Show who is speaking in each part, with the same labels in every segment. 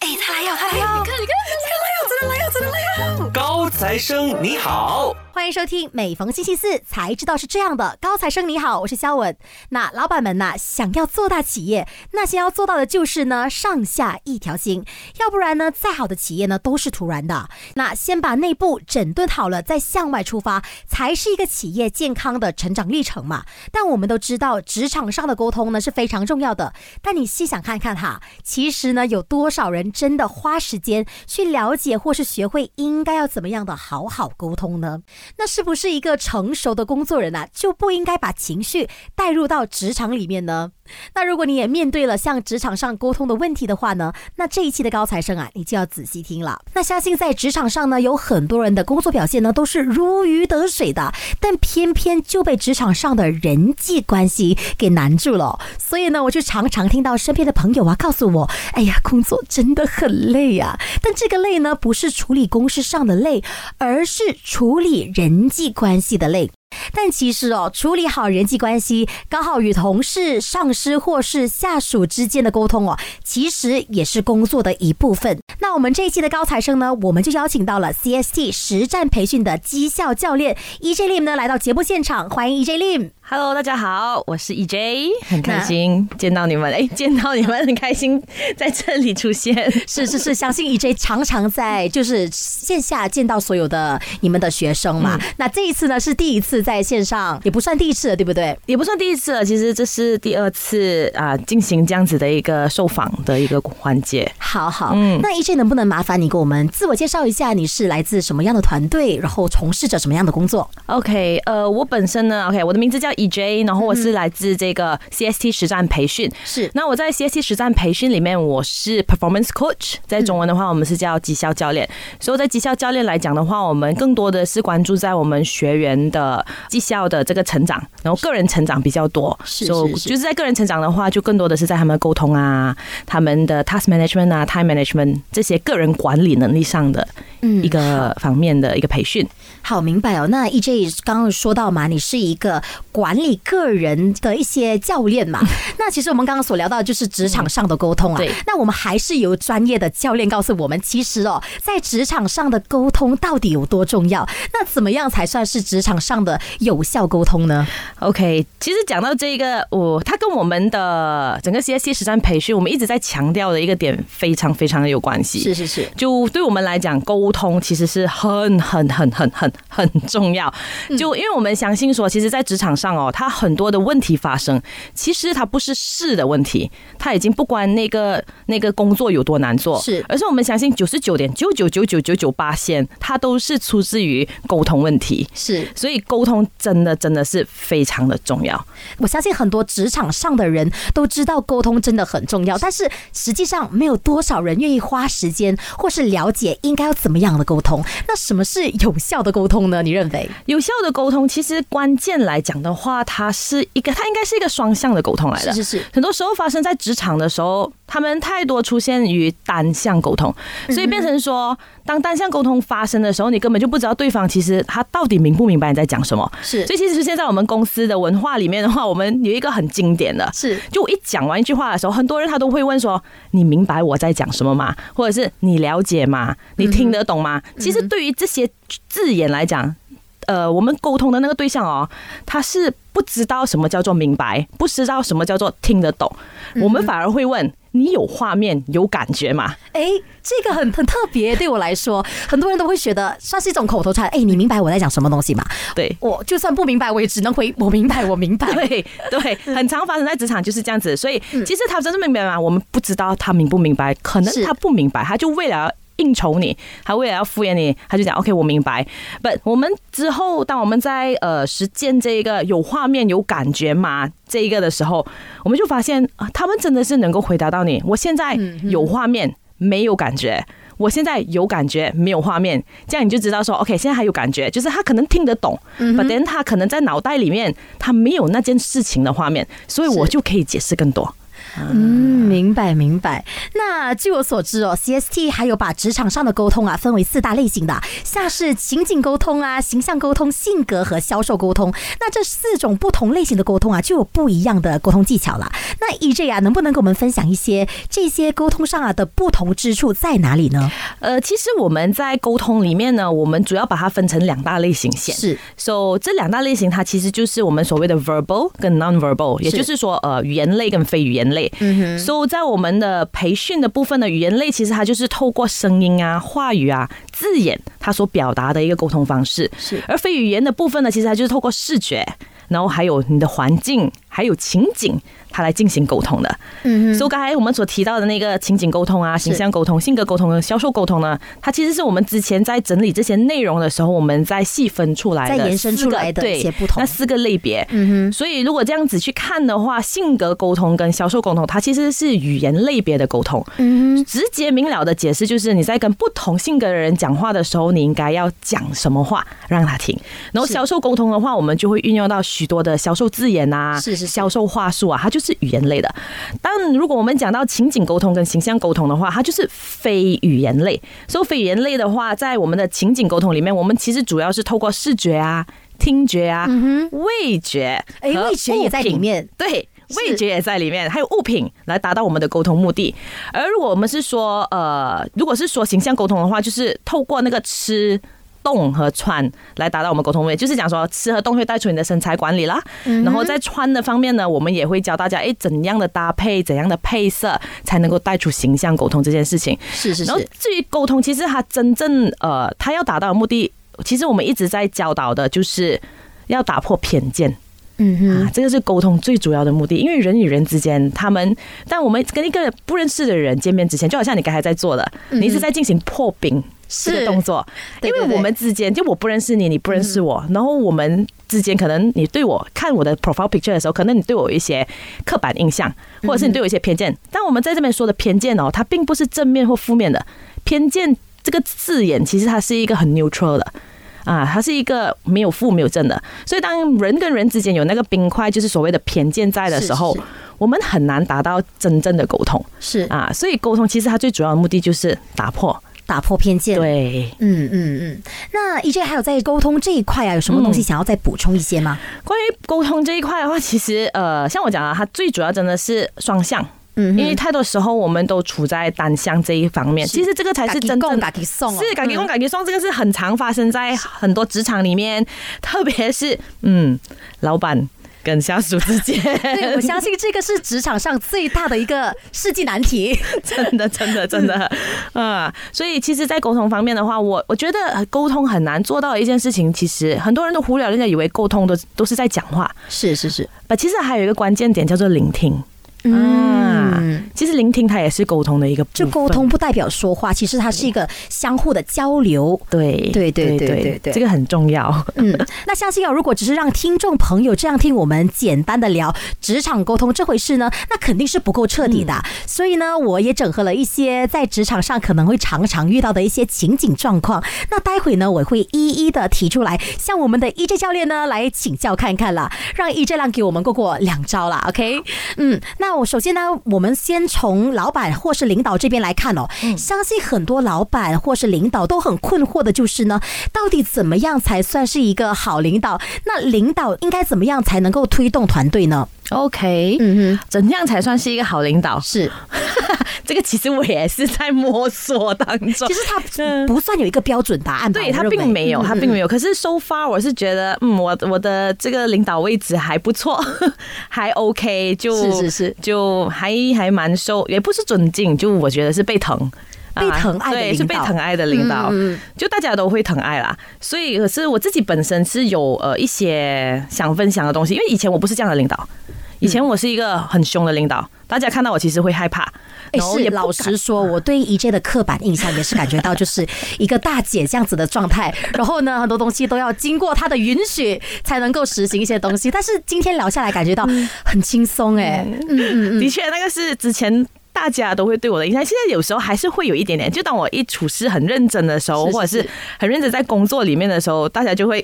Speaker 1: 哎他来要，他来要，你看，你看，来要，真的来要，真的来要。
Speaker 2: 高材生你好，
Speaker 3: 欢迎收听，每逢星期四才知道是这样的。高材生你好，我是肖文。那老板们呐、想要做大企业，那先要做到的就是呢，上下一条心。要不然呢，再好的企业呢都是突然的。那先把内部整顿好了，再向外出发，才是一个企业健康的成长历程嘛。但我们都知道，职场上的沟通呢是非常重要的。但你细想看看哈，其实呢，有多少人真的花时间去了解或是学会应该要怎么样的好好沟通呢？那是不是一个成熟的工作人啊，就不应该把情绪带入到职场里面呢？那如果你也面对了像职场上沟通的问题的话呢，那这一期的高材生啊，你就要仔细听了。那相信在职场上呢，有很多人的工作表现呢都是如鱼得水的，但偏偏就被职场上的人际关系给难住了。所以呢，我就常常听到身边的朋友啊告诉我，哎呀，工作真的很累呀、但这个累呢，不是处理公事上的累，而是处理人际关系的累。但其实哦，处理好人际关系，搞好与同事、上司或是下属之间的沟通哦，其实也是工作的一部分。那我们这一期的高材生呢，我们就邀请到了 CST 实战培训的绩效教练 EJ Lim 呢，来到节目现场，欢迎 EJ Lim。
Speaker 4: Hello，大家好，我是 EJ，很开心见到你们，哎、见到你们很开心在这里出现。
Speaker 3: 是是是，相信 EJ 常常在就是线下见到所有的你们的学生嘛。那这一次呢是第一次在线上，也不算第一次了，对不对？
Speaker 4: 也不算第一次了，其实这是第二次啊、进行这样子的一个受访的一个环节。
Speaker 3: 好好，
Speaker 4: 嗯
Speaker 3: 那 EJ 能不能麻烦你给我们自我介绍一下，你是来自什么样的团队，然后从事着什么样的工作？
Speaker 4: OK，呃，我本身呢，OK，我的名字叫 E EJ，然后我是来自这个 CST 实战培训。
Speaker 3: 是
Speaker 4: 那我在 CST 实战培训里面，我是 performance coach，在中文的话，我们是叫绩效教练。所以在绩效教练来讲的话，我们更多的是关注在我们学员的绩效的这个成长，然后个人成长比较多。
Speaker 3: 是
Speaker 4: 所以
Speaker 3: 是是
Speaker 4: 就是在个人成长的话，就更多的是在他们的沟通啊、他们的 task management 啊、time management 这些个人管理能力上的
Speaker 3: 嗯
Speaker 4: 一个方面的一个培训。
Speaker 3: 好明白哦。那 EJ 刚刚说到嘛，你是一个管理个人的一些教练嘛。那其实我们刚刚所聊到的就是职场上的沟通啊。
Speaker 4: 对
Speaker 3: 那我们还是由专业的教练告诉我们，其实哦，在职场上的沟通到底有多重要？那怎么样才算是职场上的有效沟通呢？
Speaker 4: OK，其实讲到这个，我它跟我们的整个 CSC 实战培训，我们一直在强调的一个点，非常非常的有关系。
Speaker 3: 是是，
Speaker 4: 就对我们来讲，沟通其实是很很很很很很重要。
Speaker 3: 嗯
Speaker 4: 就因为我们相信说，其实，在职场上哦，它很多的问题发生，其实它不是事的问题，它已经不关那个那个工作有多难做，
Speaker 3: 是
Speaker 4: 而是我们相信九十九点九九九九九九八线，它都是出自于沟通问题。
Speaker 3: 是。
Speaker 4: 所以沟通真的真的是非常的重要。
Speaker 3: 我相信很多职场上的人都知道沟通真的很重要，但是实际上没有多少人愿意花时间或是了解应该要怎么样的沟通。那什么是有效的沟通呢？你认为？
Speaker 4: 有效的沟通，其实关键来讲的话，它是一个，它应该是一个双向的沟通来的。
Speaker 3: 是，
Speaker 4: 很多时候发生在职场的时候，他们太多出现于单向沟通，所以变
Speaker 3: 嗯
Speaker 4: 成说，当单向沟通发生的时候，你根本就不知道对方其实他到底明不明白你在讲什么。
Speaker 3: 是
Speaker 4: 所以其实现在我们公司的文化里面的话，我们有一个很经典的，
Speaker 3: 是
Speaker 4: 就我一讲完一句话的时候，很多人他都会问说：“你明白我在讲什么吗？或者是你了解吗？你听得懂吗？”其实对于这些字眼来讲，呃，我们沟通的那个对象哦，他是不知道什么叫做明白，不知道什么叫做听得懂，我们反而会问。你有画面有感觉吗？
Speaker 3: 哎，这个很很特别，对我来说，很多人都会觉得算是一种口头禅。哎，你明白我在讲什么东西吗？
Speaker 4: 对
Speaker 3: 我就算不明白，我也只能回我明白，我明 白。
Speaker 4: 对对，很常发生在职场就是这样子。所以其实他真的明白吗？我们不知道他明不明白，可能
Speaker 3: 是
Speaker 4: 他不明白，他就为了。应酬你，他为了要敷衍你，他就讲 OK，我明白。不，我们之后当我们在呃实践这一个有画面、有感觉嘛这一个的时候，我们就发现啊，他们真的是能够回答到你。我现在有画面，没有感觉。我现在有感觉，没有画面，这样你就知道说，OK，现在还有感觉，就是他可能听得懂，
Speaker 3: 嗯
Speaker 4: b u t then 他可能在脑袋里面他没有那件事情的画面，所以我
Speaker 3: 是
Speaker 4: 就可以解释更多。
Speaker 3: 嗯，明白明白。那据我所知哦，CST 还有把职场上的沟通啊分为四大类型的，像是情景沟通啊、形象沟通、性格和销售沟通。那这四种不同类型的沟通啊，就有不一样的沟通技巧了。那 EJ 啊，能不能给我们分享一些这些沟通上啊的不同之处在哪里呢？
Speaker 4: 呃，其实我们在沟通里面呢，我们主要把它分成两大类型先。
Speaker 3: 是
Speaker 4: So 这两大类型，它其实就是我们所谓的 verbal 跟 non-verbal，也就是说，呃，语言类跟非语言类。嗯哼。So 在我们的培训的部分呢，语言类其实它就是透过声音啊、话语啊、字眼，它所表达的一个沟通方式。
Speaker 3: 是
Speaker 4: 而非语言的部分呢，其实它就是透过视觉，然后还有你的环境，还有情景，它来进行沟通的。嗯所以刚才我们所提到的那个情景沟通啊、形象沟通、性格沟通跟销售沟通呢，它其实是我们之前在整理这些内容的时候，我们在细分出来的四个，
Speaker 3: 再延伸出来的一
Speaker 4: 对
Speaker 3: 些不同
Speaker 4: 那四个类别。嗯哼。所以如果这样子去看的话，性格沟通跟销售沟通，它其实是语言类别的沟通。嗯直接明了的解释就是你在跟不同性格的人讲话的时候，你应该要讲什么话让他听。然后销售沟通的话，我们就会运用到许多的销售字眼啊，
Speaker 3: 是是是
Speaker 4: 销售话术啊，它就是语言类的。但如果我们讲到情景沟通跟形象沟通的话，它就是非语言类。所以非语言类的话，在我们的情景沟通里面，我们其实主要是透过视觉啊、听觉啊、味觉，
Speaker 3: 哎味觉也在里面。
Speaker 4: 对。味觉也在里面，还有物品来达到我们的沟通目的。而如果我们是说，呃，如果是说形象沟通的话，就是透过那个吃、动和穿来达到我们沟通目的。就是讲说，吃和动会带出你的身材管理啦，
Speaker 3: 嗯
Speaker 4: 然后在穿的方面呢，我们也会教大家，哎，怎样的搭配、怎样的配色才能够带出形象沟通这件事情。
Speaker 3: 是是
Speaker 4: 然后
Speaker 3: 是，
Speaker 4: 至于沟通，其实它真正呃，它要达到的目的，其实我们一直在教导的就是要打破偏见。
Speaker 3: 嗯哼，
Speaker 4: 啊，这个是沟通最主要的目的，因为人与人之间，他们，但我们跟一个不认识的人见面之前，就好像你刚才在做的，你是在进行破冰这个动作，
Speaker 3: 嗯对对嗯
Speaker 4: 因为我们之间就我不认识你，你不认识我，然后我们之间可能你对我看我的 profile picture 的时候，可能你对我有一些刻板印象，或
Speaker 3: 嗯
Speaker 4: 者是你对我有一些偏见，但我们在这边说的偏见哦，它并不是正面或负面的偏见这个字眼，其实它是一个很 neutral 的。啊，它是一个没有负没有正的，所以当人跟人之间有那个冰块，就是所谓的偏见在的时候，
Speaker 3: 是是
Speaker 4: 我们很难达到真正的沟通
Speaker 3: 是
Speaker 4: 啊。所以沟通其实它最主要的目的就是打破，
Speaker 3: 打破偏见。，
Speaker 4: 对，
Speaker 3: 嗯嗯嗯。那 EJ 还有在沟通这一块啊，有什么东西想要再补充一些吗？
Speaker 4: 关于沟通这一块的话，其实呃，像我讲啊，它最主要真的是双向，
Speaker 3: 嗯
Speaker 4: 因为太多时候我们都处在单向这一方面，其实这个才是真正
Speaker 3: 打给送哦，
Speaker 4: 是感觉工感觉送，这个是很常发生在很多职场里面，特别是嗯，老板跟下属之间，
Speaker 3: 对，我相信这个是职场上最大的一个世纪难题。
Speaker 4: 真的，真的，真的，
Speaker 3: 嗯
Speaker 4: 啊！所以其实，在沟通方面的话，我我觉得呃沟通很难做到的一件事情，其实很多人都忽略，人家以为沟通都都是在讲话，
Speaker 3: 是是是，
Speaker 4: 但其实还有一个关键点叫做聆听。啊，
Speaker 3: 嗯，
Speaker 4: 其实聆听它也是沟通的一个部
Speaker 3: 就
Speaker 4: 分，
Speaker 3: 沟通不代表说话，其实它是一个相互的交流。
Speaker 4: 对
Speaker 3: 对对对对对
Speaker 4: 这个很重要。
Speaker 3: 嗯， 那相信啊，如果只是让听众朋友这样听我们简单的聊职场沟通这回事呢，那肯定是不够彻底的。所以呢，我也整合了一些在职场上可能会常常遇到的一些情景状况。那待会呢，我会一一的提出来，向我们的 EJ 教练呢来请教看看啦，让 EJ 亮给我们过过两招啦。OK，嗯，那我首先呢，我们先从老板或是领导这边来看哦，相信很多老板或是领导都很困惑的就是呢，到底怎么样才算是一个好领导？那领导应该怎么样才能够推动团队呢？
Speaker 4: OK，
Speaker 3: 嗯哼，
Speaker 4: 怎样才算是一个好领导？
Speaker 3: 是，
Speaker 4: 这个其实我也是在摸索当中
Speaker 3: 其。实他不算有一个标准答案吧，
Speaker 4: 对
Speaker 3: 我
Speaker 4: 他
Speaker 3: 认为
Speaker 4: 并没有，他 并没有。可是 so far 我是觉得，嗯，我我的这个领导位置还不错， 还 OK，就是
Speaker 3: 是是
Speaker 4: 就还还蛮受，也不是尊敬，就我觉得是被疼。啊
Speaker 3: 被疼爱的
Speaker 4: 对，
Speaker 3: 领
Speaker 4: 是被
Speaker 3: 导
Speaker 4: 疼爱的领导，
Speaker 3: 嗯
Speaker 4: 就大家都会疼爱啦。所以，可是我自己本身是有呃一些想分享的东西，因为以前我不是这样的领导，以
Speaker 3: 嗯
Speaker 4: 前我是一个很凶的领导，大家看到我其实会害怕，
Speaker 3: 哎，
Speaker 4: 然后
Speaker 3: 是
Speaker 4: 也不
Speaker 3: 老
Speaker 4: 敢
Speaker 3: 实说，我对 EJ 的刻板印象也是感觉到，就是一个大姐这样子的状态。然后呢，很多东西都要经过她的允许才能够实行一些东西。但是今天聊下来，感觉到很轻松哎。
Speaker 4: 的确，那个是之前。大家都会对我的印象，现在有时候还是会有一点点。就当我一处事很认真的时候，
Speaker 3: 是是
Speaker 4: 或者是很认真在工作里面的时候，大家就会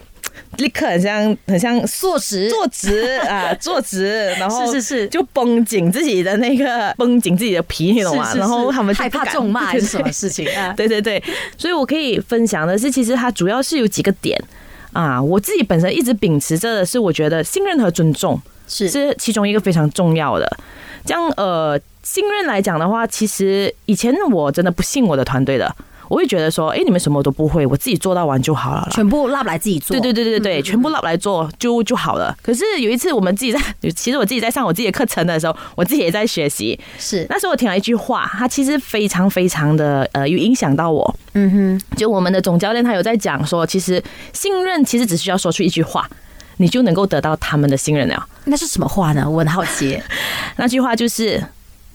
Speaker 4: 嘖立刻很像很像
Speaker 3: 坐直
Speaker 4: 坐 直啊，坐直，然后
Speaker 1: 是是是
Speaker 4: 就绷紧自己的那个绷紧自己的皮，你懂吗？
Speaker 1: 是是是
Speaker 4: 然后他们就
Speaker 3: 害
Speaker 4: 不
Speaker 3: 怕
Speaker 4: 敢
Speaker 3: 中骂还是
Speaker 4: 对对
Speaker 3: 什么事 情啊？
Speaker 4: 对对对，所以我可以分享的是，其实它主要是有几个点啊，我自己本身一直秉持着的是，我觉得信任和尊重
Speaker 3: 是
Speaker 4: 是其中一个非常重要的。这样呃，信任来讲的话，其实以前我真的不信我的团队的，我会觉得说，哎，你们什么都不会，我自己做到完就好了啦。
Speaker 3: 全部拉不来自己做，嗯
Speaker 4: 对对对对对，全部 lab 来做就就好了。可是有一次我们自己在，其实我自己在上我自己的课程的时候，我自己也在学习。
Speaker 3: 是
Speaker 4: 那时候我听到一句话，它其实非常非常的呃有影响到我。
Speaker 3: 嗯
Speaker 4: 就我们的总教练他有在讲说，其实信任其实只需要说出一句话，你就能够得到他们的信任了。
Speaker 3: 哼，那是什么话呢？我很好奇。
Speaker 4: 那句话就是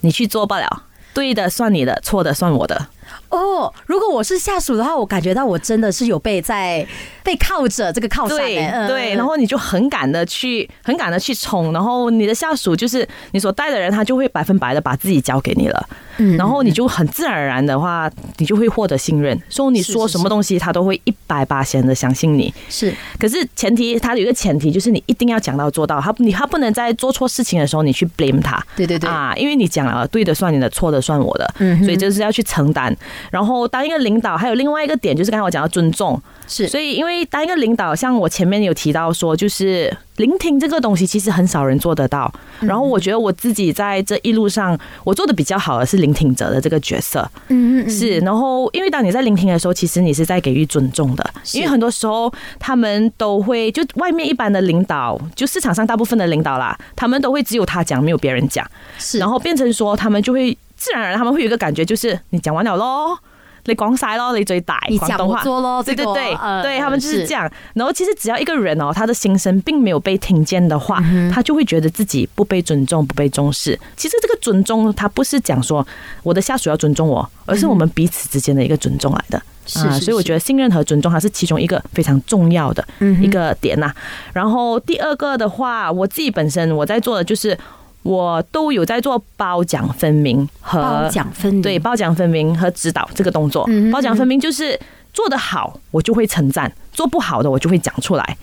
Speaker 4: 你去做罢了，对的算你的，错的算我的。
Speaker 3: 哦，如果我是下属的话，我感觉到我真的是有被在被靠着这个靠山、
Speaker 4: 对
Speaker 3: 欸嗯
Speaker 4: 对，
Speaker 3: 嗯
Speaker 4: 然后你就很敢的去，很敢的去冲，然后你的下属就是你所带的人，他就会百分百的把自己交给你了，
Speaker 3: 嗯
Speaker 4: 然后你就很自然而然的话，你就会获得信任，所以你
Speaker 3: 是
Speaker 4: 说
Speaker 3: 是
Speaker 4: 什么东西，他都会一百八千的相信你。
Speaker 3: 是
Speaker 4: 可是前提，他有一个前提就是你一定要讲到做到，他你他不能在做错事情的时候你去 blame 他。
Speaker 3: 对对对
Speaker 4: 啊，因为你讲了对的算你的，错的算我的，
Speaker 3: 嗯哼
Speaker 4: 所以就是要去承担。然后当一个领导，还有另外一个点就是刚才我讲到尊重，
Speaker 3: 是
Speaker 4: 所以，因为当一个领导，像我前面有提到说，就是聆听这个东西，其实很少人做得到。
Speaker 3: 嗯
Speaker 4: 然后，我觉得我自己在这一路上，我做的比较好的是聆听者的这个角色。
Speaker 3: 嗯嗯嗯
Speaker 4: 是，然后因为当你在聆听的时候，其实你是在给予尊重的，因为很多时候他们都会就外面一般的领导，就市场上大部分的领导啦，他们都会只有他讲，没有别人讲，
Speaker 3: 是，
Speaker 4: 然后变成说他们就会自然而然他们会有一个感觉，就是你讲完了咯，你讲晒咯，你最大
Speaker 3: 你
Speaker 4: 哎广
Speaker 3: 讲
Speaker 4: 东
Speaker 3: 我
Speaker 4: 话。
Speaker 3: 做咯，
Speaker 4: 哦对对
Speaker 3: 这个
Speaker 4: 对，
Speaker 3: 呃
Speaker 4: 对他们就是这样。然后其实只要一个人哦，他的心声并没有被听见的话，
Speaker 3: 嗯
Speaker 4: 他就会觉得自己不被尊重、不被重视。其实这个尊重，他不是讲说我的下属要尊重我，而是我们彼此之间的一个尊重来的。
Speaker 3: 是
Speaker 4: 啊，
Speaker 3: 是
Speaker 4: 所以我
Speaker 3: 是
Speaker 4: 觉得信任和尊重，它是其中一个非常重要的
Speaker 3: 嗯
Speaker 4: 一个点呐、然后第二个的话，我自己本身我在做的就是，我都有在做褒奖分明和
Speaker 3: 褒奖分明
Speaker 4: 呃对，褒奖分明和指导这个动作
Speaker 3: 嗯嗯哼，
Speaker 4: 褒奖分明就是做得好，我就会称赞；做不好的，我就会讲出来。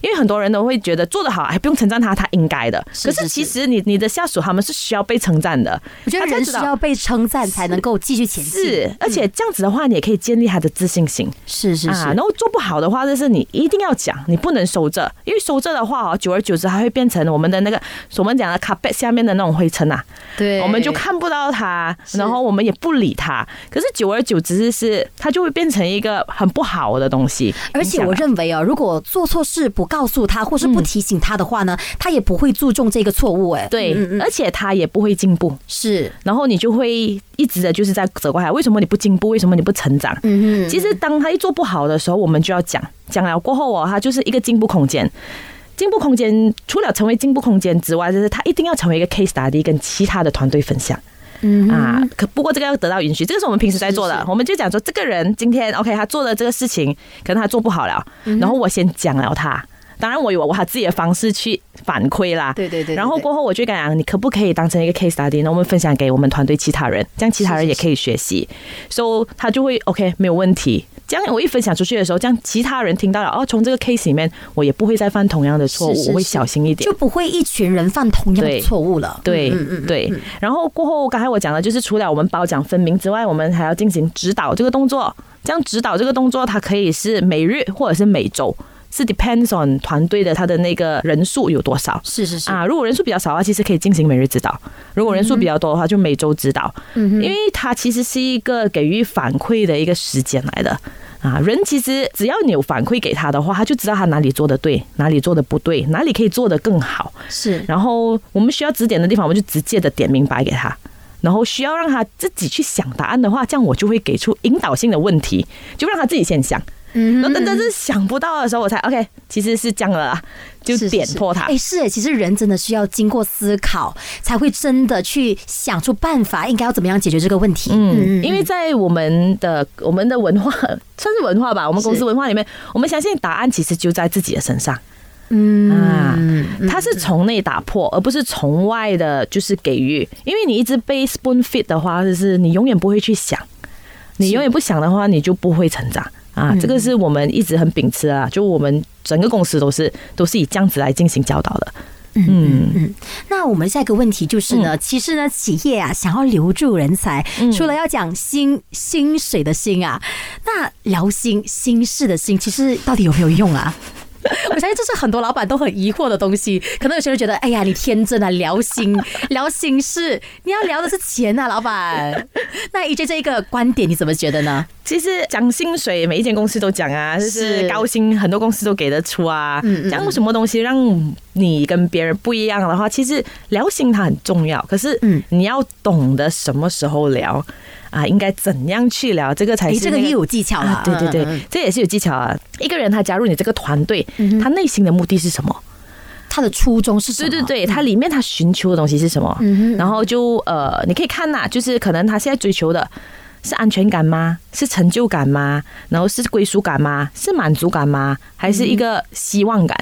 Speaker 4: 因为很多人都会觉得做得好，哎，不用称赞他，他应该的。
Speaker 3: 是
Speaker 4: 可
Speaker 3: 是是
Speaker 4: 是其实你你的下属他们是需要被称赞的，
Speaker 3: 我觉得
Speaker 4: 大家
Speaker 3: 人
Speaker 4: 知
Speaker 3: 是
Speaker 4: 道
Speaker 3: 要被称赞才能够继续前进，
Speaker 4: 是，而且这样子的话，你也可以建立他的自信心。
Speaker 3: 是是
Speaker 4: 啊，然
Speaker 3: 是，
Speaker 4: 后做不好的话，就是你一定要讲，你不能收着，因为收着的话哦，久而久之，它会变成我们的那个我们讲的 carpet 下面的那种灰尘啊，
Speaker 3: 对，
Speaker 4: 我们就看不到它，然后我们也不理它。可是久而久之是它就会变成一个很不好的东西。
Speaker 3: 而且我
Speaker 4: 认
Speaker 3: 认为啊，如果做错事不告诉他或是不提醒他的话呢，他也不会注重这个错误、哎，
Speaker 4: 对
Speaker 3: 嗯，嗯
Speaker 4: 而且它也不会进步，
Speaker 3: 是，
Speaker 4: 然后你就会一直的就是在责怪它，为什么你不进步，为什么你不成长？
Speaker 3: 嗯
Speaker 4: 其实当他一做不好的时候，我们就要讲，讲了过后哦，他就是一个进步空间。进步空间除了成为进步空间之外，就是他一定要成为一个 case study，跟其他的团队分享。
Speaker 3: 嗯
Speaker 4: 啊，可不过这个要得到允许，这个是我们平时在做的。
Speaker 3: 是是
Speaker 4: 我们就讲说，这个人今天 OK，他做的这个事情，可能他做不好了，
Speaker 3: 嗯
Speaker 4: 然后我先讲了他。当然，我有我他自己的方式去反馈啦。
Speaker 3: 对对对对
Speaker 4: 然后
Speaker 3: 对
Speaker 4: 过后，我就跟他讲，你可不可以当成一个 case study，那我们分享给我们团队其他人，这样其他人也可以学习。所以他就会 OK，没有问题。这样我一分享出去的时候，这样其他人听到了，哦，从这个 case 里面，我也不会再犯同样的错误，
Speaker 3: 是是
Speaker 4: 我会
Speaker 3: 是
Speaker 4: 小心一点
Speaker 3: 就。不会一群人犯同样的
Speaker 4: 对
Speaker 3: 错误了。
Speaker 4: 对
Speaker 3: 嗯嗯嗯
Speaker 4: 对，然后过后，刚才我讲的就是除了我们褒奖分明之外，我们还要进行指导这个动作。这样指导这个动作，它可以是每日或者是每周，是 depends on 团队的它的那个人数有多少。
Speaker 3: 是是是
Speaker 4: 啊，如果人数比较少的话，其实可以进行每日指导；如果人数比较多的话，就每周指导。嗯，因为它其实是一个给予反馈的一个时间来的。啊，人其实只要你有反馈给他的话，他就知道他哪里做的对，哪里做的不对，哪里可以做得更好。
Speaker 3: 是
Speaker 4: 然后我们需要指点的地方，我们就直接的点明白给他。然后需要让他自己去想答案的话，这样我就会给出引导性的问题，就让他自己先想。嗯，然后但但是想不到的时候，我才 OK，其实是这样了啦，就是点破他。
Speaker 3: 哎，是哎，其实人真的是要经过思考，才会真的去想出办法，应该要怎么样解决这个问题。
Speaker 4: 嗯，因为在我们的我们的文化， 算是文化吧，我们公司
Speaker 3: 是
Speaker 4: 文化里面，我们相信答案其实就在自己的身上。啊
Speaker 3: 嗯，
Speaker 4: 它是从内打破，而不是从外的，就是给予。因为你一直被 spoon feed 的话，就是你永远不会去想，嗯你永远不想的话，你就不会成长啊。这个是我们一直很秉持啊，就我们整个公司都是都是以这样子来进行教导的。嗯，
Speaker 3: 那我们下一个问题就是呢，其实呢，企业啊想要留住人才，除了要讲薪薪水的薪啊，那聊薪心事的薪，其实到底有没有用啊？ 我相信这是很多老板都很疑惑的东西。可能有些人觉得，哎呀，你天真啊，聊心 聊心事，你要聊的是钱啊，老 板。那依 J 这一个观点，你怎么觉得呢？
Speaker 4: 其实讲薪水，每一间公司都讲啊，就是
Speaker 3: 是
Speaker 4: 高薪，很多公司都给得出啊。
Speaker 3: 嗯嗯
Speaker 4: 讲什么东西让你跟别人不一样的话，其实聊心它很重要，可是
Speaker 3: 嗯
Speaker 4: 你要懂得什么时候聊啊，应该怎样去聊，这个才
Speaker 3: 哎，
Speaker 4: 是
Speaker 3: 这个
Speaker 4: 那
Speaker 3: 又有技巧了、
Speaker 4: 啊，对对对，
Speaker 3: 嗯嗯嗯
Speaker 4: 这也是有技巧啊。一个人他加入你这个团队，
Speaker 3: 嗯哼
Speaker 4: 他内心的目的是什么？
Speaker 3: 他的初衷是什
Speaker 4: 对
Speaker 3: 么？
Speaker 4: 对对，他里面他寻求的东西是什么？
Speaker 3: 嗯哼
Speaker 4: 然后就呃，你可以看呐、就是可能他现在追求的是安全感吗？是成就感吗？然后是归属感吗？是满足感吗？还是一
Speaker 3: 嗯
Speaker 4: 个希望感？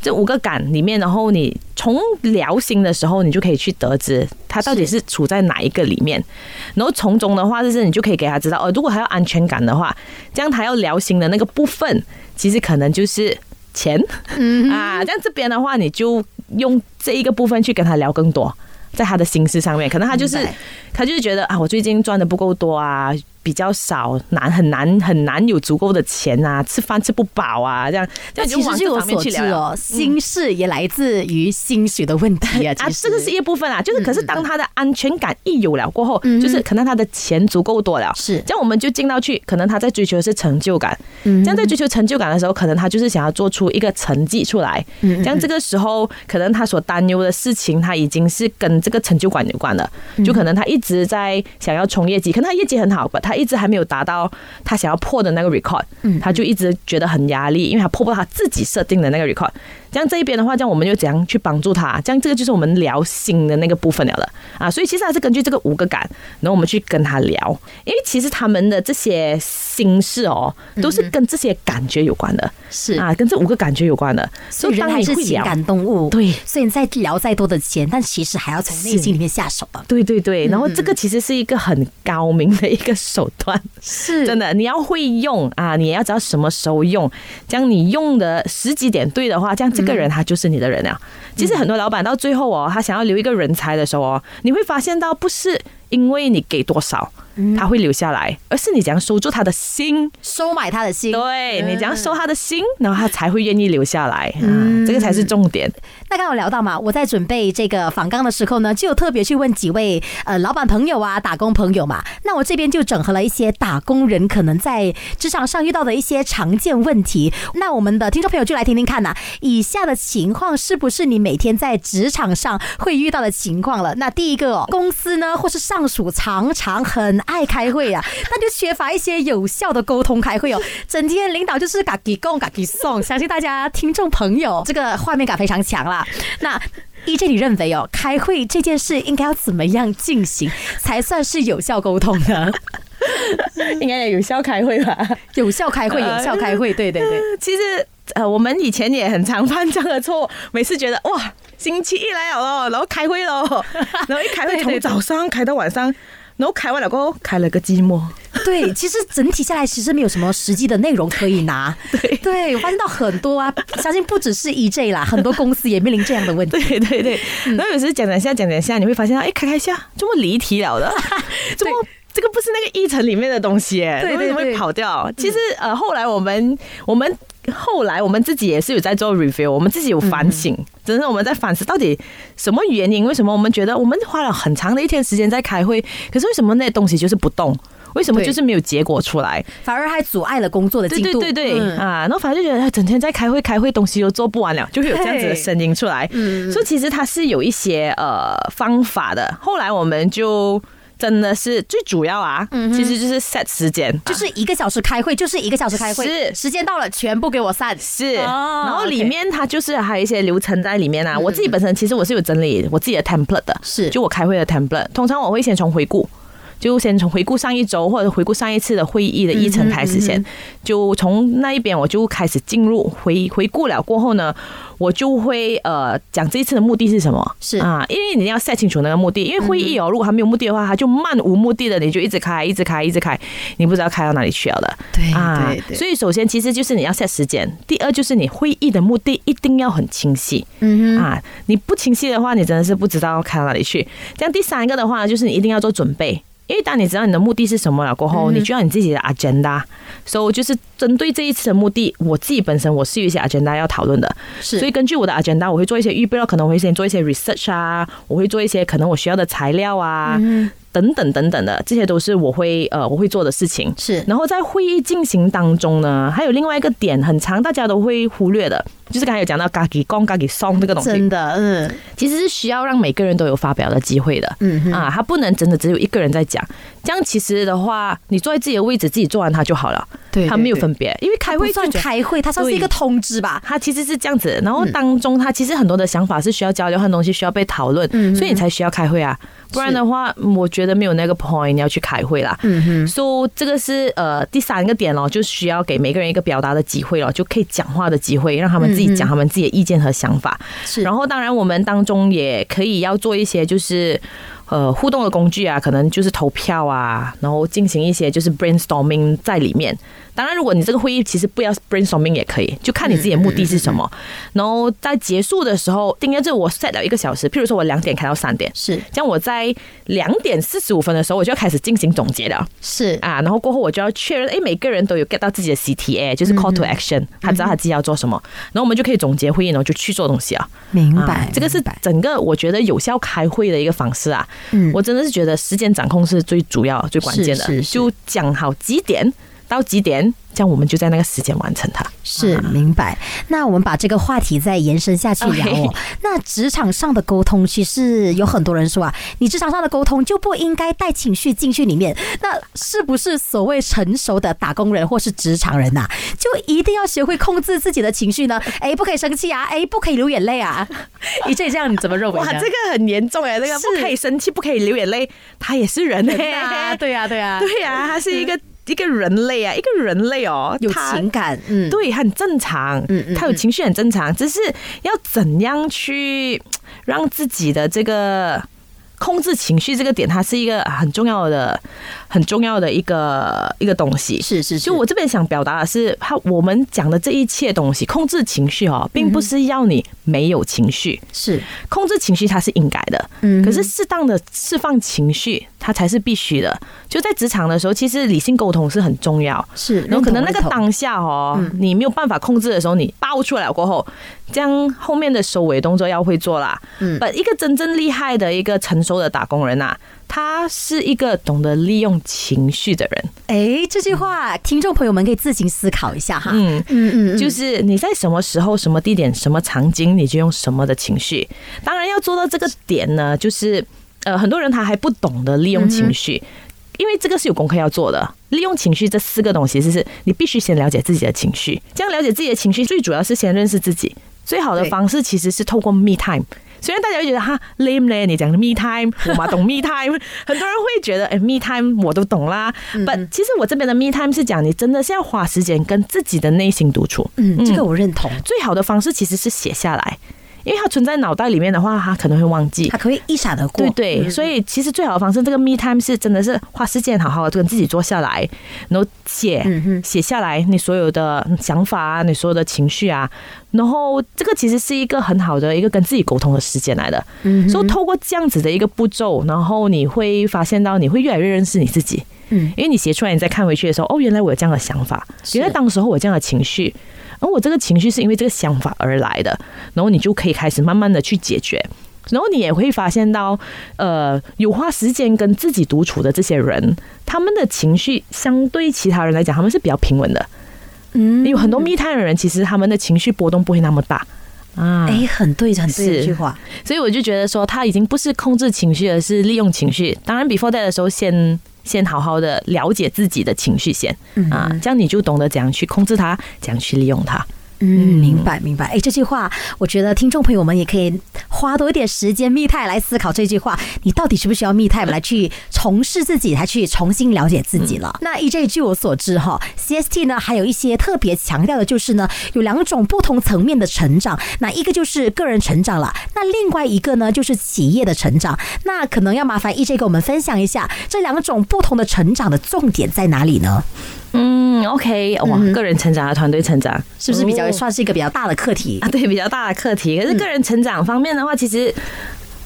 Speaker 4: 这五个感里面，然后你从聊心的时候，你就可以去得知他到底是处在哪一个里面。然后从中的话，就是你就可以给他知道，哦，如果他要安全感的话，这样他要聊心的那个部分，其实可能就是钱。
Speaker 3: 嗯
Speaker 4: 啊，这样这边的话，你就用这一个部分去跟他聊更多，在他的心思上面，可能他就是
Speaker 3: 明白
Speaker 4: 他就是觉得啊，我最近赚的不够多啊，比较少，难很难很难有足够的钱啊，吃饭吃不饱啊，这样这
Speaker 3: 那
Speaker 4: 样你
Speaker 3: 其实
Speaker 4: 就往
Speaker 3: 据
Speaker 4: 这
Speaker 3: 我
Speaker 4: 方面
Speaker 3: 所
Speaker 4: 去
Speaker 3: 知
Speaker 4: 聊聊。嗯
Speaker 3: 哦，心事也来自于薪水的问题啊。
Speaker 4: 啊，
Speaker 3: 其实
Speaker 4: 这个是一部分啊，就是可是当他的安全感一有了过后，
Speaker 3: 嗯
Speaker 4: 就是可能他的钱足够多了，
Speaker 3: 是
Speaker 4: 这样我们就进到去，可能他在追求的是成就感，
Speaker 3: 嗯
Speaker 4: 这样在追求成就感的时候，可能他就是想要做出一个成绩出来，这样这个时候可能他所担忧的事情，他已经是跟这个成就感有关了，就可能他一直在想要冲业绩，可能他业绩很好，但他一直还没有达到他想要破的那个 record，他就一直觉得很压力，因为他破不到他自己设定的那个 record。这样这一边的话，这样我们又怎样去帮助他？这样这个就是我们聊心的那个部分了了啊，所以其实还是根据这个五个感，然后我们去跟他聊，因为其实他们的这些心事哦，都是跟这些感觉有关的
Speaker 3: 是
Speaker 4: 啊，跟这五个感觉有关的，
Speaker 3: 所以人
Speaker 4: 当
Speaker 3: 还
Speaker 4: 你
Speaker 3: 是
Speaker 4: 会
Speaker 3: 情
Speaker 4: 聊。
Speaker 3: 感动物，
Speaker 4: 对
Speaker 3: 所以你再聊再多的钱，但其实还要从内心里面下手啊。
Speaker 4: 对对对，然后这个其实是一个很高明的一个手段，
Speaker 3: 是
Speaker 4: 真的，你要会用啊，你也要知道什么时候用。这样你用的时机点对的话，这样这个人他就是你的人了。其实很多老板到最后哦，他想要留一个人才的时候哦，你会发现到不是因为你给多少他会留下来，而是你怎样收住他的心，
Speaker 3: 收买他的心。
Speaker 4: 对你怎样收他的心，然后他才会愿意留下来。啊，这个才是重点。
Speaker 3: 那刚刚有聊到嘛，我在准备这个访纲的时候呢，就有特别去问几位呃老板朋友啊、打工朋友嘛。那我这边就整合了一些打工人可能在职场上遇到的一些常见问题。那我们的听众朋友就来听听看呐、以下的情况是不是你每天在职场上会遇到的情况了？那第一个哦，公司呢或是上属常常很爱开会啊，那就缺乏一些有效的沟通开会 哦，整天领导就是嘎给供嘎给送，相信大家听众朋友这个画面感非常强啦。那 EJ，你认为哦，开会这件事应该要怎么样进行才算是有效沟通 呢？
Speaker 4: 应该有效开会吧？
Speaker 3: 有效开会，有效开会，对对对，
Speaker 4: 其实呃，我们以前也很常犯这样的错误，每次觉得哇，星期一来了咯，然后开会咯，然后一开会
Speaker 3: 对对
Speaker 4: 从
Speaker 3: 对
Speaker 4: 早上开到晚上，然后开完了过后开了个寂寞。
Speaker 3: 对，其实整体下来其实没有什么实际的内容可以拿。
Speaker 4: 对
Speaker 3: 对，我发现到很多啊，相信不只是 EJ 啦，很多公司也面临这样的问题。嗯
Speaker 4: 对对对，然后有时讲讲下讲讲下，你会发现哎，开开下这么离题了 的，怎么？这个不是那个议程里面的东西耶，
Speaker 3: 对对
Speaker 4: 为什么会
Speaker 3: 对嗯
Speaker 4: 跑掉？其实呃，后来我们我们后来我们自己也是有在做 review，我们自己有反
Speaker 3: 嗯
Speaker 4: 省，真的我们在反思到底什么原因，为什么我们觉得我们花了很长的一天时间在开会，可是为什么那东西就是不动？为什么
Speaker 3: 对
Speaker 4: 就是没有结果出来？
Speaker 3: 反而还阻碍了工作的
Speaker 4: 对
Speaker 3: 进
Speaker 4: 对
Speaker 3: 度。
Speaker 4: 对对、
Speaker 3: 嗯
Speaker 4: 啊！然后反正就觉得哎整天在开会，开会东西都做不完了， 就会有这样子的
Speaker 3: 对
Speaker 4: 声音出来。嗯，所以其实它是有一些呃方法的。后来我们就真的是最主要啊，其实就是 set 时间，
Speaker 3: 嗯就是一个小时开会，就是一个小时开会，
Speaker 4: 啊是
Speaker 3: 时间到了，全部给我散。
Speaker 4: 是，
Speaker 3: 哦
Speaker 4: 然后
Speaker 3: OK 嗯
Speaker 4: 里面它就是还有一些流程在里面啊。我自己本身其实我是有整理我自己的 template 的，
Speaker 3: 是
Speaker 4: 就我开会的 template，通常我会先从回顾。就先从回顾上一周或者回顾上一次的会议的议程开始先，就从那一边我就开始进入回回顾了过后呢，我就会呃讲这一次的目的是什么，
Speaker 3: 是
Speaker 4: 啊，因为你要 set 清楚那个目的，因为会议哦，如果还没有目的的话，它就漫无目的的，你就一直开，一直开，一直开，你不知道开到哪里去了的。
Speaker 3: 哎
Speaker 1: 对
Speaker 4: 啊
Speaker 1: 对，对，
Speaker 4: 所以首先其实就是你要 set 时间，第二就是你会议的目的一定要很清晰、
Speaker 3: 嗯哼，
Speaker 4: 啊，你不清晰的话，你真的是不知道开到哪里去。这样第三个的话，就是你一定要做准备。因为当你知道你的目的是什么了过
Speaker 3: 嗯
Speaker 4: 后，你就要你自己的 agenda，所以、so, 就是针对这一次的目的，我自己本身我是有一些 agenda 要讨论的，
Speaker 3: 是，
Speaker 4: 所以根据我的 agenda，我会做一些预备了，可能我会先做一些 research 啊，我会做一些可能我需要的材料啊，
Speaker 3: 嗯
Speaker 4: 等等等等的，这些都是我会呃我会做的事情。
Speaker 3: 是
Speaker 4: 然后在会议进行当中呢，还有另外一个点，很常大家都会忽略的，就是刚才有讲到嘎给公嘎给松这个东西，
Speaker 3: 真的，嗯
Speaker 4: 其实是需要让每个人都有发表的机会的。
Speaker 3: 嗯哼，
Speaker 4: 啊，他不能真的只有一个人在讲，这样其实的话，你坐在自己的位置，自己做完它就好了，
Speaker 1: 对
Speaker 4: 他没有，分别，因为开
Speaker 3: 还
Speaker 4: 会
Speaker 3: 会
Speaker 4: 就
Speaker 3: 算
Speaker 4: 觉得
Speaker 3: 开会，它算是一个通知吧？
Speaker 4: 他其实是这样子，然后当中他其实很多的想法是需要交流，很多东西需要被讨论，
Speaker 3: 嗯哼
Speaker 4: 所以你才需要开会啊，不然的话，嗯我觉得没有那个 point 你要去开会啦。
Speaker 3: 嗯哼，
Speaker 4: so 这个是呃第三个点咯，就需要给每个人一个表达的机会咯，就可以讲话的机会，让他们自己讲他们自己的意见和想法。
Speaker 3: 是，
Speaker 4: 然后当然我们当中也可以要做一些就是。呃，互动的工具啊，可能就是投票啊，然后进行一些就是 brainstorming 在里面。当然，如果你这个会议其实不要 brainstorming 也可以，就看你自己的目的是什么。然后在结束的时候，定要这我 set 了一个小时，譬如说我两点开到三点，
Speaker 3: 是
Speaker 4: 这样我在两点四十五分的时候，我就要开始进行总结了。
Speaker 3: 是，
Speaker 4: 啊，然后过后我就要确认，诶，每个人都有 get 到自己的 CTA，就是 call to action，、他知道他自己要做什么，然后我们就可以总结会议，然后就去做东西啊。
Speaker 3: 明
Speaker 4: 啊这个是
Speaker 3: 明白
Speaker 4: 整个我觉得有效开会的一个方式啊。
Speaker 3: 嗯
Speaker 4: 我真的是觉得时间掌控是最主要、最关键的，
Speaker 3: 是是是
Speaker 4: 就讲好几点到几点，这样我们就在那个时间完成它。
Speaker 3: 是
Speaker 4: 嗯
Speaker 3: 明白。那我们把这个话题再延伸下去聊哦
Speaker 4: OK。
Speaker 3: 那职场上的沟通，其实有很多人说啊，你职场上的沟通就不应该带情绪进去里面。那是不是所谓成熟的打工人或是职场人呐、就一定要学会控制自己的情绪 呢？哎，不可以生气啊！哎，不可以流眼泪啊！你这这样你怎么认为呢？
Speaker 4: 哇，这个很严重哎，这个
Speaker 3: 是
Speaker 4: 不可以生气，不可以流眼泪，他也是 人
Speaker 3: 对
Speaker 4: 哎、
Speaker 3: 啊，对啊，对啊，
Speaker 4: 对呀、他是一个一个人类啊，一个人类哦，
Speaker 3: 有
Speaker 4: 他
Speaker 3: 情感，嗯，
Speaker 4: 对，很正常，
Speaker 3: 嗯嗯
Speaker 4: 他有情绪很正常，只是要怎样去让自己的这个控制情绪这个点，它是一个很重要的、很重要的一个一个东西。
Speaker 3: 嗯是是是，
Speaker 4: 就我这边想表达的是，他我们讲的这一切东西，控制情绪哦，并不是要你没有情绪，
Speaker 3: 是，
Speaker 4: 控制情绪它是应该的，
Speaker 3: 嗯
Speaker 4: 可是适当的释放情绪，它才是必须的。就在职场的时候，其实理性沟通是很重要。
Speaker 3: 是，
Speaker 4: 然后可能那
Speaker 3: 认
Speaker 4: 个
Speaker 3: 同嗯认同
Speaker 4: 当下哦，你没有办法控制的时候，你爆出来了过后，这样后面的收尾动作要会做啦。
Speaker 3: 嗯
Speaker 4: ，but 一个真正厉害的一个成熟的打工人呐、啊，他是一个懂得利用情绪的人。
Speaker 3: 哎，这句话听众朋友们可以自行思考一下哈。
Speaker 4: 嗯。
Speaker 3: 嗯嗯，
Speaker 4: 就
Speaker 3: 就是
Speaker 4: 你在什么时候、什么地点、什么场景，你就用什么的情绪。当然要做到这个点呢，就是呃，很多人他还不懂得
Speaker 3: 嗯
Speaker 4: 利用情绪，因为这个是有功课要做的。利用情绪这四个东西，就是你必须先了解自己的情绪。这样了解自己的情绪，最主要是先认识自己。最好的
Speaker 3: 对
Speaker 4: 方式其实是透过 me time。虽然大家会觉得哈 lame 嘞，你讲的 me time，我嘛懂 me time，很多人会觉得哎、me time 我都懂啦。但其实我这边的 me time 是讲你真的是要花时间跟自己的内心独处。
Speaker 3: 嗯，这个我认同，
Speaker 4: 最好的方式其实是写下来，因为它存在脑袋里面的话，它可能会忘记
Speaker 3: 它。可以一闪而过嗯
Speaker 4: 对。对，所以其实最好的方式，这个 me time 是真的是花时间好好的跟自己坐下来，然后写
Speaker 3: 嗯哼
Speaker 4: 写下来你所有的想法啊，你所有的情绪啊，然后这个其实是一个很好的一个跟自己沟通的时间来的。
Speaker 3: 嗯
Speaker 4: 所以透过这样子的一个步骤，然后你会发现到你会越来越认识你自己。
Speaker 3: 嗯，
Speaker 4: 因为你写出来，你再看回去的时候，哦，原来我有这样的想法，
Speaker 3: 是
Speaker 4: 原来当时候我有这样的情绪，而我这个情绪是因为这个想法而来的，然后你就可以开始慢慢的去解决。然后你也会发现到，呃，有花时间跟自己独处的这些人，他们的情绪相对其他人来讲，他们是比较平稳的。
Speaker 3: 嗯
Speaker 4: 有很多密探的人，其实他们的情绪波动不会那么大啊。
Speaker 3: 哎，很对，很对
Speaker 4: 是
Speaker 3: 这句话。
Speaker 4: 所以我就觉得说，他已经不是控制情绪，而是利用情绪。当然，before that 的时候先。先好好的
Speaker 3: 嗯
Speaker 4: 嗯啊了解自己的情绪先、啊，这样你就懂得怎样去控制它，怎样去利用它。
Speaker 3: 嗯，明白明白。哎，这句话，我觉得听众朋友们也可以花多一点时间密太来思考这句话，你到底需不需要密太来去重视自己，还去重新了解自己了？那依这据我所知哈，CST 呢还有一些特别强调的就是呢，有两种不同层面的成长，那一个就是个人成长了，那另外一个呢就是企业的成长。那可能要麻烦 EJ 给我们分享一下这两种不同的成长的重点在哪里呢？
Speaker 4: 嗯，OK，哇，个人成长和团队成长
Speaker 3: 是不是比较
Speaker 4: 哦
Speaker 3: 算是一个比较大的课题
Speaker 4: 啊，？对比较大的课题。可是个人成长方面的话，其实。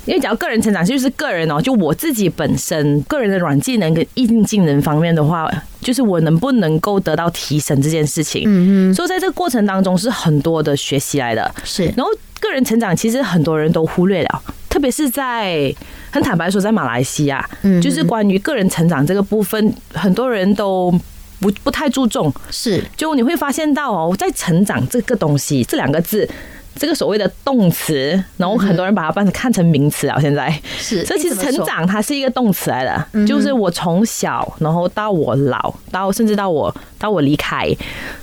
Speaker 4: 因为讲个人成长就是个人哦，就我自己本身个人的软技能跟硬技能方面的话，就是我能不能够得到提升这件事情。嗯嗯，所以在这个过程当中是很多的学习来的。
Speaker 3: 是
Speaker 4: 然后个人成长其实很多人都忽略了，特别是在很坦白说，在马来西亚，
Speaker 3: 嗯
Speaker 4: 就是关于个人成长这个部分，很多人都不不太注重。
Speaker 3: 是，
Speaker 4: 就你会发现到哦，在成长这个东西这两个字。这个所谓的动词，然后很多人把它办看成名词啊。现在
Speaker 3: 是
Speaker 4: 所以其实
Speaker 3: 你怎么说嗯
Speaker 4: 成长它是一个动词来的，就是我从小，然后到我老，到甚至到我到我离开，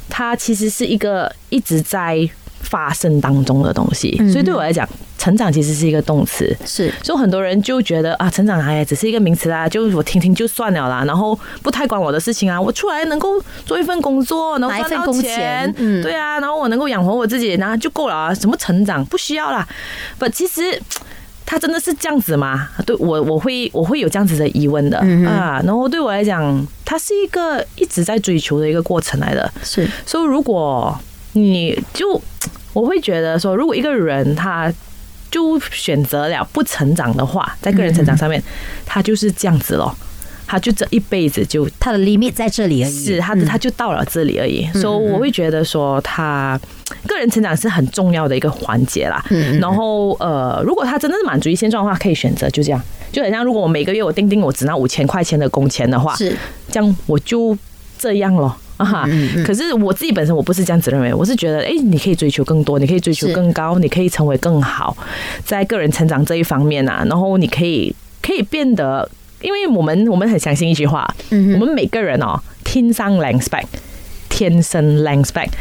Speaker 4: 它其实是一个一直在发生当中的东西。
Speaker 3: 嗯
Speaker 4: 所以对我来讲，成长其实是一个动词。
Speaker 3: 是
Speaker 4: 所以很多人就觉得啊，成长哎呀，只是一个名词啦，就我听听就算了啦，然后不太关我的事情啊。我出来能够做一份工作，能
Speaker 3: 拿一
Speaker 4: 够
Speaker 3: 份
Speaker 4: 赚到
Speaker 3: 工
Speaker 4: 钱
Speaker 3: 钱，嗯
Speaker 4: 对啊，然后我能够养活我自己，然后就够了啊。什么成长不需要啦，不，其实。他真的是这样子吗？对我，我会我会有这样子的疑问的、
Speaker 3: 嗯
Speaker 4: 啊。然后对我来讲，它是一个一直在追求的一个过程来的。
Speaker 3: 是
Speaker 4: 所以如果你就我会觉得说，如果一个人他就选择了不成长的话，在个人成长上面，他就是这样子咯，他就这一辈子就
Speaker 3: 他的 limit 在这里而已。
Speaker 4: 是他的他就到了这里而已，所以我会觉得说他个人成长是很重要的一个环节啦。然后呃，如果他真的是满足于现状的话，可以选择就这样，就很像如果我每个月我定定我只拿五千块钱的工钱的话，
Speaker 3: 是
Speaker 4: 这样我就这样了。啊哈！可是我自己本身我不是这样子认为，我是觉得，哎、你可以追求更多，你可以追求
Speaker 3: 是
Speaker 4: 更高，你可以成为更好，在个人成长这一方面啊，然后你可以可以变得，因为我们我们很相信一句话，
Speaker 3: 嗯
Speaker 4: 我们每个人哦，天生 l a n g s p e c 天生 l a n g s p e c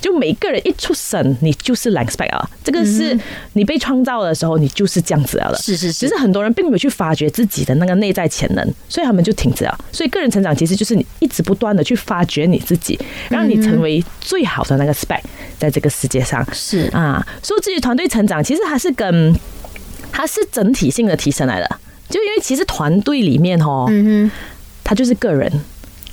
Speaker 4: 就每个人一出生你就是 l a n g s p e c 啊，这个是你被创造的时候你就是这样子了的，
Speaker 3: 是是
Speaker 4: 只
Speaker 3: 是
Speaker 4: 是很多人并没有去发掘自己的那个内在潜能，所以他们就停止了。所以个人成长其实就是你一直不断的去发掘你自己，让你成为最好的那个 spec，在这个世界上
Speaker 3: 是
Speaker 4: 啊。所以至于团队成长，其实还是跟它是整体性的提升来的，就因为其实团队里面哦，
Speaker 3: 嗯
Speaker 4: 它就是个人。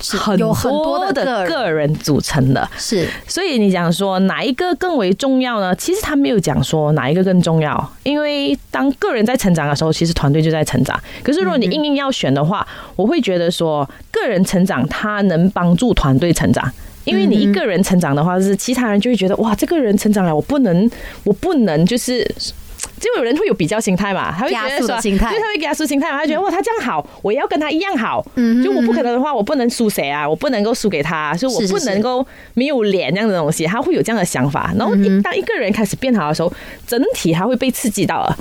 Speaker 3: 是
Speaker 4: 很
Speaker 3: 有很多
Speaker 4: 多
Speaker 3: 的个
Speaker 4: 的
Speaker 3: 人
Speaker 4: 个人组成的，
Speaker 3: 哼，是
Speaker 4: 所以你讲说哪一个更为重要呢？其实他没有讲说哪一个更重要，因为当个人在成长的时候，其实团队就在成长。可是如果你硬硬要选的话，我会觉得说个人成长它能帮助团队成
Speaker 3: 嗯
Speaker 4: 长。因为你一个人成长的话，是其他人就会觉得哇，这个人成长了，我不能，我不能就是，就有人会有比较心态嘛，他会觉
Speaker 3: 加
Speaker 4: 得
Speaker 3: 速的
Speaker 4: 说，
Speaker 3: 心态
Speaker 4: 对，他会给他输心态嘛，他觉得哇，他这样好，我也要跟他一样好，
Speaker 3: 嗯
Speaker 4: 就我不可能的话，我不能输谁啊，我不能够输给他，所以我
Speaker 3: 是是
Speaker 4: 不
Speaker 3: 是
Speaker 4: 能够没有脸这样的东西，他会有这样的想法。然
Speaker 3: 嗯
Speaker 4: 后一当一个人开始变好的时候，整体他会被刺激到了。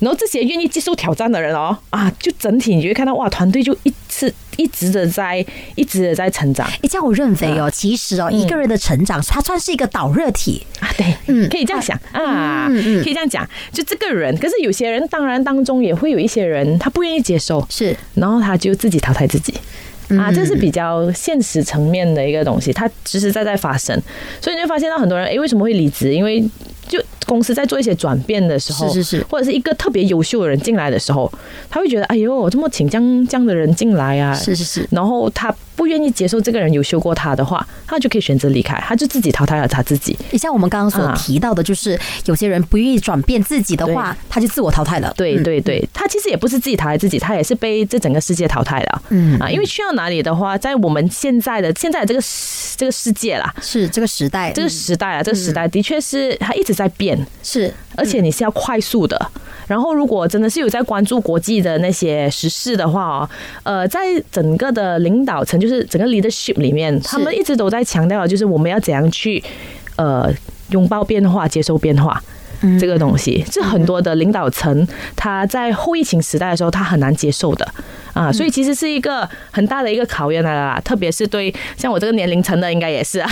Speaker 4: 然后这些愿意接受挑战的人哦，啊，就整体你就会看到哇，团队就一次一直的在一直的在成长
Speaker 3: 哎，这样我认为哦，其实哦，一个人的成长，它算是一个导热体，
Speaker 4: 啊，对，
Speaker 3: 嗯
Speaker 4: 可以这样想啊，
Speaker 3: 嗯嗯
Speaker 4: 可以这样讲，就这个人。可是有些人当然当中也会有一些人他不愿意接受，
Speaker 3: 是
Speaker 4: 然后他就自己淘汰自己。
Speaker 3: 嗯
Speaker 4: 啊，这是比较现实层面的一个东西，它实实在在发生，所以你会发现到很多人，诶，为什么会离职？因为就公司在做一些转变的时候，
Speaker 3: 是是是
Speaker 4: 或者是一个特别优秀的人进来的时候，他会觉得，哎呦，这么请这样这样的人进来啊，
Speaker 3: 是是是，
Speaker 4: 然后他不愿意接受这个人优秀过他的话，他就可以选择离开，他就自己淘汰了他自己。
Speaker 3: 你像我们刚刚所
Speaker 4: 啊
Speaker 3: 提到的，就是有些人不愿意转变自己的话，他就自我淘汰了。
Speaker 4: 对
Speaker 3: 嗯
Speaker 4: 对对，他其实也不是自己淘汰自己，他也是被这整个世界淘汰了。
Speaker 3: 嗯
Speaker 4: 啊，因为去到哪里的话，在我们现在的现在的这个世这个世界啦，
Speaker 3: 是这个时代，
Speaker 4: 这个
Speaker 3: 嗯
Speaker 4: 时代啊，这个时代的确是它一直在变，
Speaker 3: 是
Speaker 4: 而且你是要快速的。然后，如果真的是有在关注国际的那些时事的话哦，呃，在整个的领导层，就是整个 leadership 里面，他们一直都在强调，就是我们要怎样去呃拥抱变化，接受变化。
Speaker 3: 嗯
Speaker 4: 这个东西是很多的领导层他在后疫情时代的时候他很难接受的啊，
Speaker 3: 嗯
Speaker 4: 所以其实是一个很大的一个考验来了啦，特别是对像我这个年龄层的，应该 也是啊，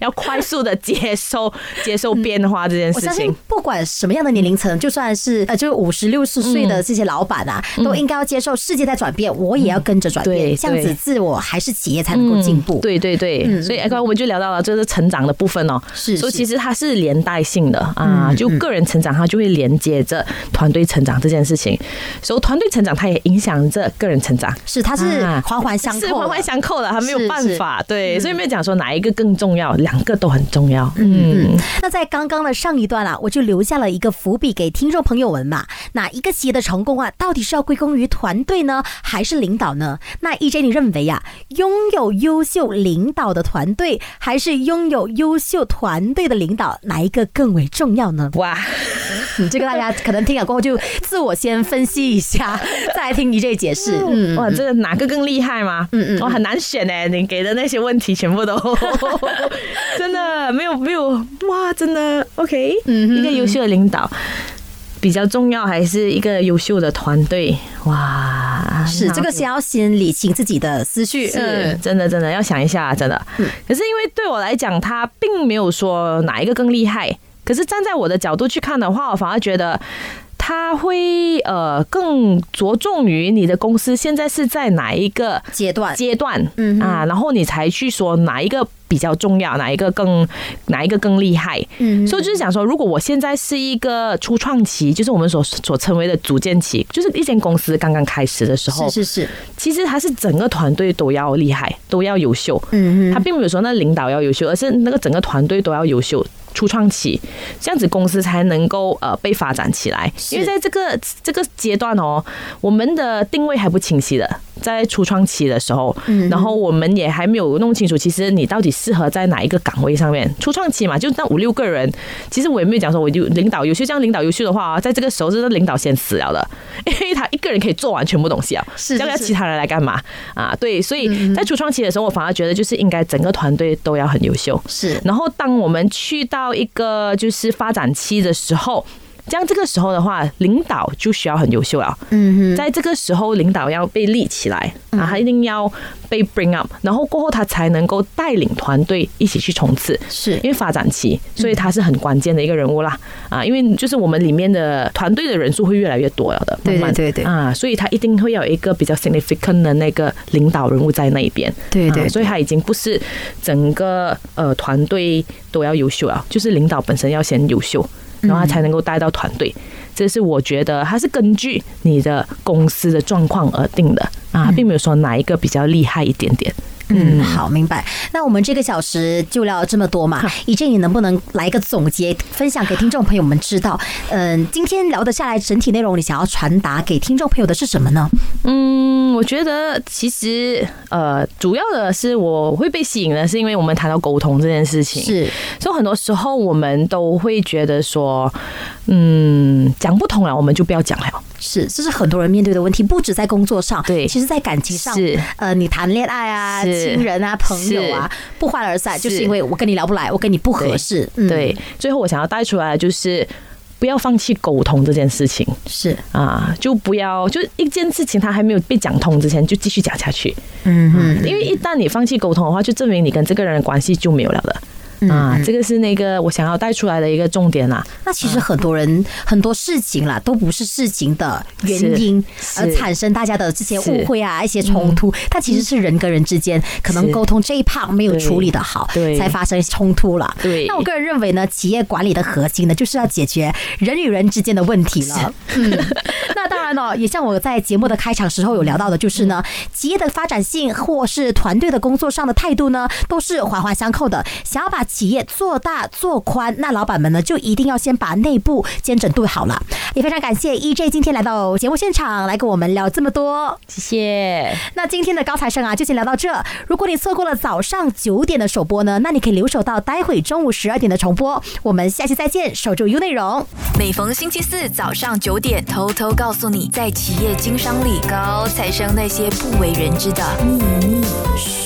Speaker 4: 要快速的接收接受变化这件
Speaker 3: 我
Speaker 4: 事
Speaker 3: 相
Speaker 4: 情
Speaker 3: 信。不管什么样的年龄层，就算是呃，就是五十六十岁
Speaker 4: 嗯
Speaker 3: 的这些老板啊，都应该要接受世界在转变，我也要跟着转变，
Speaker 4: 对
Speaker 3: 这样子
Speaker 4: 对
Speaker 3: 自我还是企业才能够进步。
Speaker 4: 嗯
Speaker 3: 嗯
Speaker 4: 对对对，所以哎，刚才我们就聊到了这是成长的部分哦，
Speaker 3: 是
Speaker 4: 所以
Speaker 3: 是嗯
Speaker 4: 其实它是连带性的啊，就个人成长它就会连接着团队成长这件事情，所以团队成长它也影响着个人成长，
Speaker 3: 是，它是
Speaker 4: 啊
Speaker 3: 环环相扣的，
Speaker 4: 是环环相扣的，它没有办
Speaker 3: 是
Speaker 4: 法，对，所以没有讲说哪一个更重要，两个都很重要，
Speaker 3: 嗯嗯，那在刚刚的上一段啊，我就留下了一个伏笔给听众朋友们嘛。哪一个企业的成功啊，到底是要归功于团队呢，还是领导呢？那 EJ 你认为呀、拥有优秀领导的团队，还是拥有优秀团队的领导，哪一个更为重要呢？
Speaker 4: 哇，
Speaker 3: 嗯，这个大家可能听了过后就自我先分析一 下，再来听 EJ 解释。嗯，
Speaker 4: 哇，这个哪个更厉害吗？嗯嗯，我很难选哎，你给的那些问题全 部都真的没有没有哇，真的 OK，一
Speaker 3: 嗯
Speaker 4: 个优秀的领导。比较重要还是一个优秀的团队啊哇！
Speaker 3: 是
Speaker 4: 那
Speaker 3: 这个先要先理清自己的思绪。嗯
Speaker 4: 是真的真的要想一下，真的。可是因为对我来讲，他并没有说哪一个更厉害。可是站在我的角度去看的话，我反而觉得他会呃更着重于你的公司现在是在哪一个
Speaker 3: 阶段，
Speaker 4: 阶段，
Speaker 3: 嗯
Speaker 4: 啊，然后你才去说哪一个比较重要，哪一个更哪一个更厉害。
Speaker 3: 嗯，
Speaker 4: 所以就是想说，如果我现在是一个初创期，就是我们所所称为的组建期，就是一间公司刚刚开始的时候，
Speaker 3: 是是是，
Speaker 4: 其实它是整个团队都要厉害，都要优秀。
Speaker 3: 嗯
Speaker 4: 他并没有说那领导要优秀，而是那个整个团队都要优秀。初创期，这样子公司才能够呃被发展起来。因为在这个这个阶段哦，我们的定位还不清晰的，在初创期的时候，然后我们也还没有弄清楚，其实你到底适合在哪一个岗位上面。初创期嘛，就那五六个人，其实我也没有讲说我就领导优秀，这样领导优秀的话啊，在这个时候是领导先死了的，因为他一个人可以做完全部东西啊，
Speaker 3: 是是
Speaker 4: 这样要
Speaker 3: 是嗯
Speaker 4: 其他人来干嘛啊？对，所以在初创期的时候，我反而觉得就是应该整个团队都要很优秀。
Speaker 3: 是。
Speaker 4: 然后当我们去到一个就是发展期的时候。这样这个时候的话，领导就需要很优秀了。
Speaker 3: 嗯
Speaker 4: 在这个时候，领导要被立起来啊，他一定要被 bring up，然后过后他才能够带领团队一起去冲刺。
Speaker 3: 哼，是
Speaker 4: 因为发展期，所以
Speaker 3: 嗯
Speaker 4: 他是很关键的一个人物啦。啊，因为就是我们里面的团队的人数会越来越多了的，
Speaker 3: 对
Speaker 4: 慢慢
Speaker 3: 对对对
Speaker 4: 啊，所以他一定会有一个比较 significant 的那个领导人物在那一边。
Speaker 3: 对对
Speaker 4: 啊所以他已经不是整个呃团队都要优秀了，就是领导本身要先优秀，
Speaker 3: 嗯
Speaker 4: 然后他才能够带到团队。这是我觉得他是根据你的公司的状况而定的啊，并没有说哪一个比较厉害一点点。
Speaker 3: 嗯，好，明白。那我们这个小时就聊这么多嘛，以这你能不能来一个总结，分享给听众朋友们知道？嗯，今天聊得下来，整体内容你想要传达给听众朋友的是什么呢？
Speaker 4: 嗯，我觉得其实呃，主要的是我会被吸引的，是因为我们谈到沟通这件事情。，
Speaker 3: 是
Speaker 4: 所以很多时候我们都会觉得说，嗯，讲不通了，我们就不要讲了。
Speaker 3: 是，这是很多人面对的问题，不止在工作上，
Speaker 4: 对
Speaker 3: 其实在感情上，
Speaker 4: 是
Speaker 3: 呃，你谈恋爱啊、
Speaker 4: 是
Speaker 3: 亲人啊、朋友啊，不欢而散，就是因为我跟你聊不来，我跟你不合适。嗯，
Speaker 4: 对，最后我想要带出来的就是。不要放弃沟通这件事情
Speaker 3: 是，
Speaker 4: 啊！就不要就一件事情它还没有被讲通之前，就继续讲下去。
Speaker 3: 嗯嗯，
Speaker 4: 因为一旦你放弃沟通的话，就证明你跟这个人的关系就没有了的
Speaker 3: 嗯
Speaker 4: 啊！这个是那个我想要带出来的一个重点啦。啊
Speaker 3: 那其
Speaker 4: 嗯
Speaker 3: 实很多人、很多事情啦，都不是事情的原因
Speaker 4: 是
Speaker 3: 而产生大家的这些
Speaker 4: 是嗯
Speaker 3: 误会啊、一些冲突，它其实是人跟人之间可能
Speaker 4: 是
Speaker 3: 沟通这一 part 没有
Speaker 4: 对
Speaker 3: 处理的好，
Speaker 4: 对
Speaker 3: 才发生冲突了。
Speaker 4: 对
Speaker 3: 那我个人认为呢，企业管理的核心呢，就是要解决人与人之间的问题了。嗯，那当然了，也像我在节目的开场时候有聊到的，就是呢，企业的发展性或是团队的工作上的态度呢，都是环环相扣的。想要把企业做大做宽，那老板们呢，就一定要先把内部先整顿好了。也非常感谢 EJ 今天来到节目现场，来跟我们聊这么多。
Speaker 4: 谢谢。
Speaker 3: 那今天的高材生啊，就先聊到这。如果你错过了早上九点的首播呢，那你可以留守到待会中午十二点的重播。我们下期再见，守住 U 内容。
Speaker 1: 每逢星期四早上九点，偷偷告诉你，在企业经商里，高材生那些不为人知的秘密。嘘。